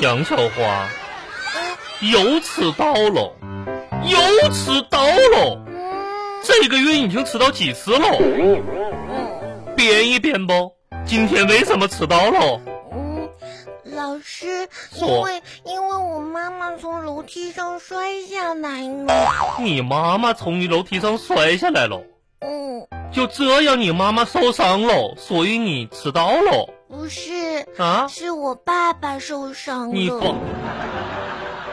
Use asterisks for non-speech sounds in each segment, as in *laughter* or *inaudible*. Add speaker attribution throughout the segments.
Speaker 1: 杨小花，又迟到了，又迟到了，这个月已经迟到几次了？
Speaker 2: 嗯
Speaker 1: 编一编不？今天为什么迟到了？
Speaker 2: 嗯，老师，因
Speaker 1: 说
Speaker 2: 为因为我妈妈从楼梯上摔下来呢。
Speaker 1: 你妈妈从你楼梯上摔下来了，
Speaker 2: 嗯，
Speaker 1: 就这样，你妈妈受伤了，所以你迟到了
Speaker 2: 不是，
Speaker 1: 啊？
Speaker 2: 是我爸爸受伤
Speaker 1: 你爸
Speaker 2: 了。，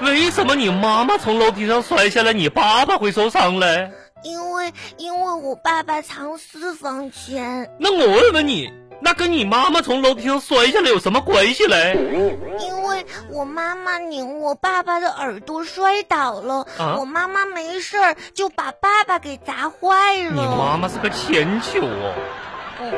Speaker 1: 为什么你妈妈从楼梯上摔下来，你爸爸会受伤嘞？
Speaker 2: 因为因为我爸爸藏私房钱，
Speaker 1: 那我问问你，那跟你妈妈从楼梯上摔下来有什么关系嘞？
Speaker 2: 因为我妈妈拧我爸爸的耳朵摔倒了，
Speaker 1: 啊
Speaker 2: 我妈妈没事儿就把爸爸给砸坏了。
Speaker 1: 你妈妈是个铅球哦。
Speaker 2: 嗯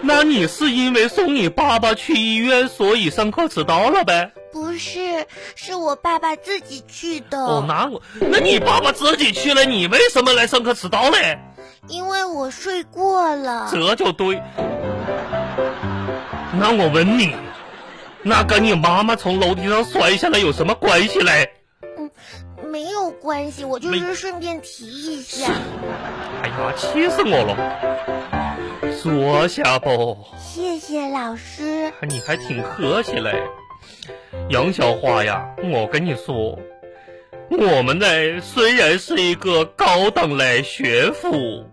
Speaker 1: 那你是因为送你爸爸去医院，所以上课迟到了呗？
Speaker 2: 不是，是我爸爸自己去的，
Speaker 1: 哦，那我，那你爸爸自己去了，你为什么来上课迟到嘞？
Speaker 2: 因为我睡过了。
Speaker 1: 这就对。那我问你，那跟你妈妈从楼梯上摔下来有什么关系嘞？
Speaker 2: 没有关系，我就
Speaker 1: 没
Speaker 2: 是顺便提一下。
Speaker 1: 哎呀，气死我了！坐下吧，
Speaker 2: 谢谢老师。
Speaker 1: 哎你还挺客气嘞。杨小花呀，我跟你说，我们呢虽然是一个高等嘞学府，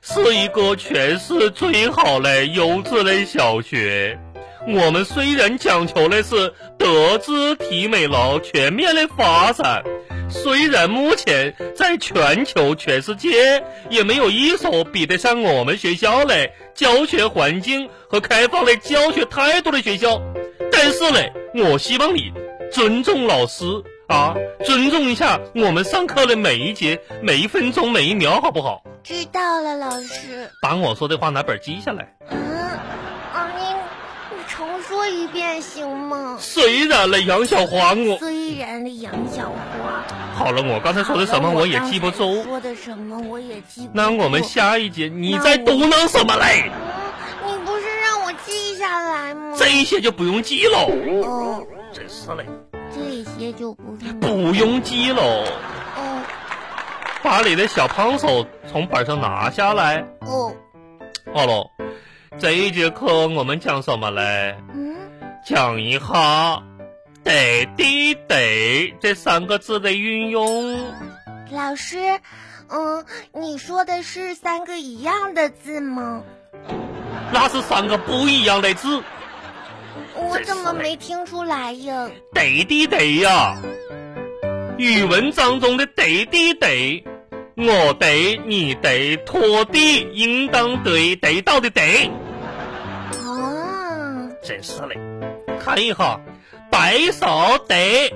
Speaker 1: 是一个全市最好嘞优质嘞小学。我们虽然讲求的是德智体美劳全面的发展，虽然目前在全球全世界也没有一所比得上我们学校嘞教学环境和开放的教学态度的学校，但是嘞，我希望你尊重老师啊，尊重一下我们上课的每一节、每一分钟、每一秒，好不好？
Speaker 2: 知道了，老师。
Speaker 1: 把我说的话拿本记下来。
Speaker 2: 嗯，啊，你你重说一遍行吗？
Speaker 1: 虽然嘞，杨小花，我
Speaker 2: 虽然的杨小花
Speaker 1: 好了，我刚才说的什么我也记不
Speaker 2: 好了我刚
Speaker 1: 住
Speaker 2: 才。说的什么我也记不住。
Speaker 1: 那我们下一节你
Speaker 2: 那
Speaker 1: 在
Speaker 2: 我
Speaker 1: 嘟囔什么嘞？
Speaker 2: 嗯，你不是让我记下来吗？
Speaker 1: 这些就不用记喽，
Speaker 2: 哦，
Speaker 1: 真是嘞，
Speaker 2: 这些就不用。
Speaker 1: 不用记喽。
Speaker 2: 哦
Speaker 1: 把你的小胖手从板上拿下来。
Speaker 2: 哦，
Speaker 1: 好了，这一节课我们讲什么嘞？
Speaker 2: 嗯
Speaker 1: 讲一下“得的得”这三个字的运用。，
Speaker 2: 老师，嗯，你说的是三个一样的字吗？
Speaker 1: 那是三个不一样的字，
Speaker 2: 我
Speaker 1: 这
Speaker 2: 怎么
Speaker 1: 是嘞
Speaker 2: 没听出来呀？
Speaker 1: 得的得呀。语文当中的得的得，我得你得拖地，应当得得到的得，
Speaker 2: 啊，
Speaker 1: 真是嘞。看一下，白芍得，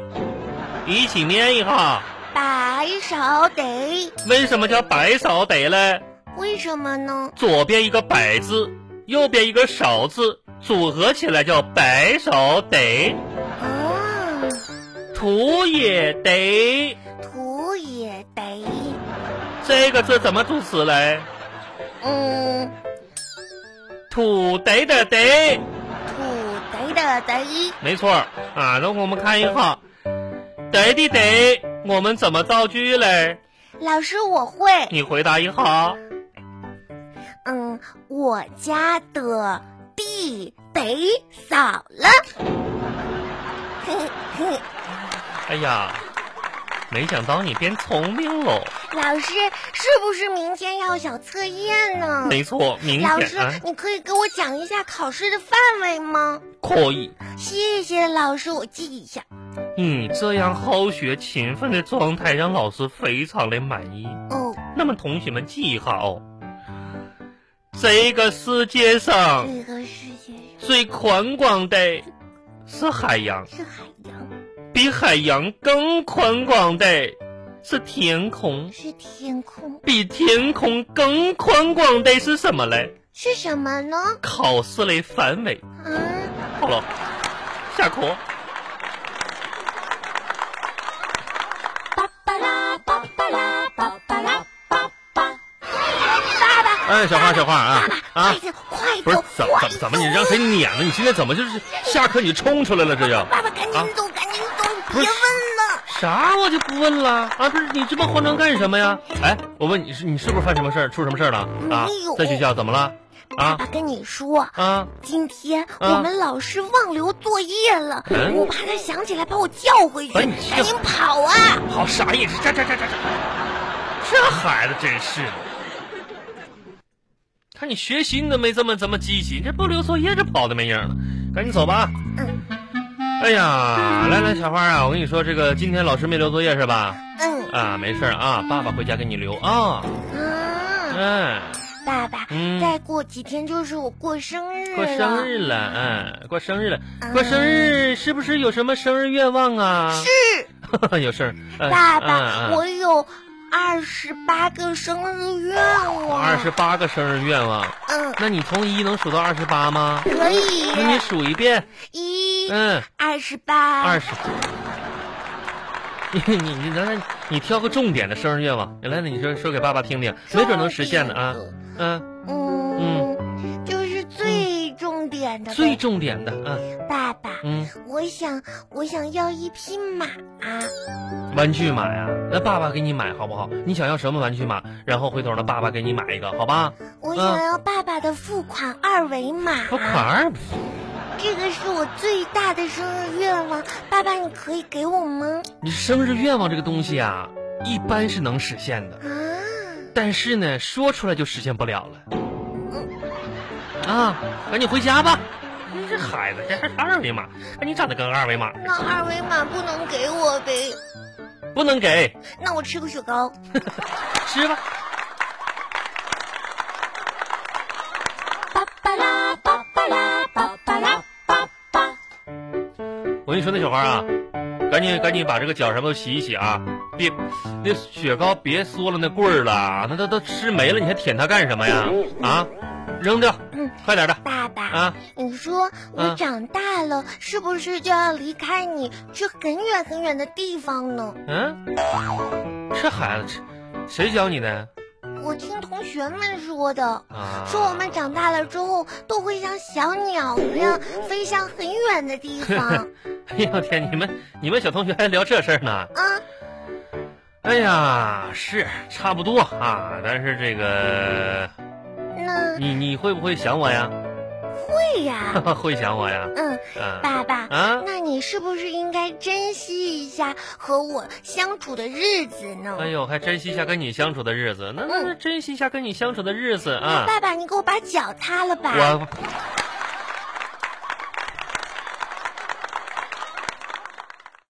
Speaker 1: 一起念一下，
Speaker 2: 白芍得，
Speaker 1: 为什么叫白芍得嘞？
Speaker 2: 为什么呢？
Speaker 1: 左边一个百字，右边一个芍字，组合起来叫白芍得，
Speaker 2: 啊，
Speaker 1: 土也得。
Speaker 2: 土也得，
Speaker 1: 这个字怎么组词嘞？
Speaker 2: 嗯，
Speaker 1: 土得的得，
Speaker 2: 土得的得，
Speaker 1: 没错儿啊。那我们看一下，得的得，我们怎么造句嘞？
Speaker 2: 老师我会，
Speaker 1: 你回答一啊下。
Speaker 2: 嗯，我家的地得扫了。 *laughs*
Speaker 1: 哎呀，没想到你变聪明喽。
Speaker 2: 老师，是不是明天要小测验呢？
Speaker 1: 没错，明
Speaker 2: 嗯老
Speaker 1: 天、啊
Speaker 2: 师，、你可以给我讲一下考试的范围吗？
Speaker 1: 可以。
Speaker 2: 谢谢老师，我记一下。
Speaker 1: 你嗯这样好学勤奋的状态让老师非常的满意。
Speaker 2: 哦，
Speaker 1: 那么同学们记一下哦，这个世界上
Speaker 2: 这个世界上
Speaker 1: 最宽广的是海洋，
Speaker 2: 是海洋，
Speaker 1: 比海洋更宽广的是天空，
Speaker 2: 是天空，
Speaker 1: 比天空更宽广的是什么嘞？
Speaker 2: 是什么呢？
Speaker 1: 考试的范围。
Speaker 2: 啊，
Speaker 1: 好了，下课。
Speaker 2: 巴
Speaker 1: 啊
Speaker 2: 巴拉巴巴拉巴巴拉巴巴。爸爸，
Speaker 3: 哎，小花，小花啊啊
Speaker 2: 快！走，快
Speaker 3: 不是
Speaker 2: 走，
Speaker 3: 怎
Speaker 2: 快
Speaker 3: 怎
Speaker 2: 走
Speaker 3: 怎么你让谁撵呢？你今天怎么就是下课你冲出来了？这就
Speaker 2: 爸爸，赶
Speaker 3: 啊
Speaker 2: 紧走，赶紧别问了，
Speaker 1: 啥我就不问了啊！不是你这么慌张干什么呀？哎，我问你是你是不是犯什么事儿，出什么事儿了啊
Speaker 2: 没有？
Speaker 1: 在学校怎么了？
Speaker 2: 爸
Speaker 1: 啊
Speaker 2: 爸跟你说，
Speaker 1: 啊，
Speaker 2: 今天
Speaker 1: 啊
Speaker 2: 我们老师忘留作业了，
Speaker 1: 嗯
Speaker 2: 我怕他想起来把我叫回去，
Speaker 1: 哎你这
Speaker 2: 赶紧跑啊！
Speaker 1: 好傻眼，这这这这这，这孩子真是的。看你学习你都没这么这么积极，这不留作业这跑的没影儿了，赶紧走吧。
Speaker 2: 嗯
Speaker 1: 哎呀，来来，小花啊，我跟你说，这个今天老师没留作业是吧？
Speaker 2: 嗯
Speaker 1: 啊，没事儿啊，爸爸回家给你留啊。
Speaker 2: 啊，
Speaker 1: 嗯，
Speaker 2: 爸爸，
Speaker 1: 嗯
Speaker 2: 再过几天就是我过生日了，
Speaker 1: 过生日了，嗯，过生日了，过生日是不是有什么生日愿望啊？
Speaker 2: 是
Speaker 1: 是， *laughs* 有事儿。嗯
Speaker 2: 爸爸，
Speaker 1: 嗯
Speaker 2: 我有二十八个生日愿
Speaker 1: 嗯
Speaker 2: 望，
Speaker 1: 二十，八个生日愿望，
Speaker 2: 嗯，
Speaker 1: 那你从一能数到二十八吗？
Speaker 2: 可以，
Speaker 1: 那你数一遍，
Speaker 2: 一、
Speaker 1: 嗯，
Speaker 2: 二十八，
Speaker 1: 二十。 *laughs* 你你你，来来，你挑个重点的生日愿望，来，你说说给爸爸听听，没准能实现的啊。嗯，
Speaker 2: 嗯，就是最重点的呗，
Speaker 1: 最重点的，嗯
Speaker 2: 爸爸，
Speaker 1: 嗯，
Speaker 2: 我想我想要一匹马，
Speaker 1: 玩具马呀，那爸爸给你买好不好？你想要什么玩具马？然后回头呢，爸爸给你买一个，好吧？
Speaker 2: 我
Speaker 1: 嗯
Speaker 2: 想要爸爸的付款二维码，
Speaker 1: 不款儿，
Speaker 2: 这个是我最大的生日愿望，爸爸你可以给我吗？
Speaker 1: 你生日愿望这个东西啊，一般是能实现的，
Speaker 2: 啊，
Speaker 1: 但是呢，说出来就实现不了了。
Speaker 2: 嗯
Speaker 1: 啊，赶紧回家吧！你这孩子，这还是二维码，赶紧长得跟个二维码似
Speaker 2: 那二维码不能给我呗？
Speaker 1: 的，不能给，
Speaker 2: 那我吃个雪糕。
Speaker 1: 吃吧。
Speaker 2: 巴巴拉巴巴拉巴巴拉巴巴。
Speaker 1: 我跟你说，那小花啊，赶紧赶紧把这个脚什么都洗一洗啊！别，那雪糕别缩了那棍儿了啊，那都都吃没了，你还舔它干什么呀？啊，扔掉，
Speaker 2: 嗯
Speaker 1: 快点的
Speaker 2: 爸爸，
Speaker 1: 啊！
Speaker 2: 你说我
Speaker 1: 嗯
Speaker 2: 长大了、是不是就要离开你去很远很远的地方呢？
Speaker 1: 嗯，这孩子，这谁教你的
Speaker 2: 我听同学们说的。
Speaker 1: 啊？
Speaker 2: 说我们长大了之后都会像小鸟一样飞向很远的地方
Speaker 1: 哎呦天，你们你们小同学还聊这事儿呢？
Speaker 2: 啊！
Speaker 1: 哎呀，是差不多啊，但是这个
Speaker 2: 那
Speaker 1: 你你会不会想我呀？ *laughs*
Speaker 2: 对呀，
Speaker 1: 会想我呀？
Speaker 2: 嗯，
Speaker 1: 啊
Speaker 2: 爸爸，
Speaker 1: 啊！
Speaker 2: 那你是不是应该珍惜一下和我相处的日子呢？
Speaker 1: 哎呦，还珍惜一下跟你相处的日子，那那那珍惜一下跟你相处的日子
Speaker 2: 那
Speaker 1: 啊！
Speaker 2: 爸爸，你给我把脚擦了吧。
Speaker 1: 我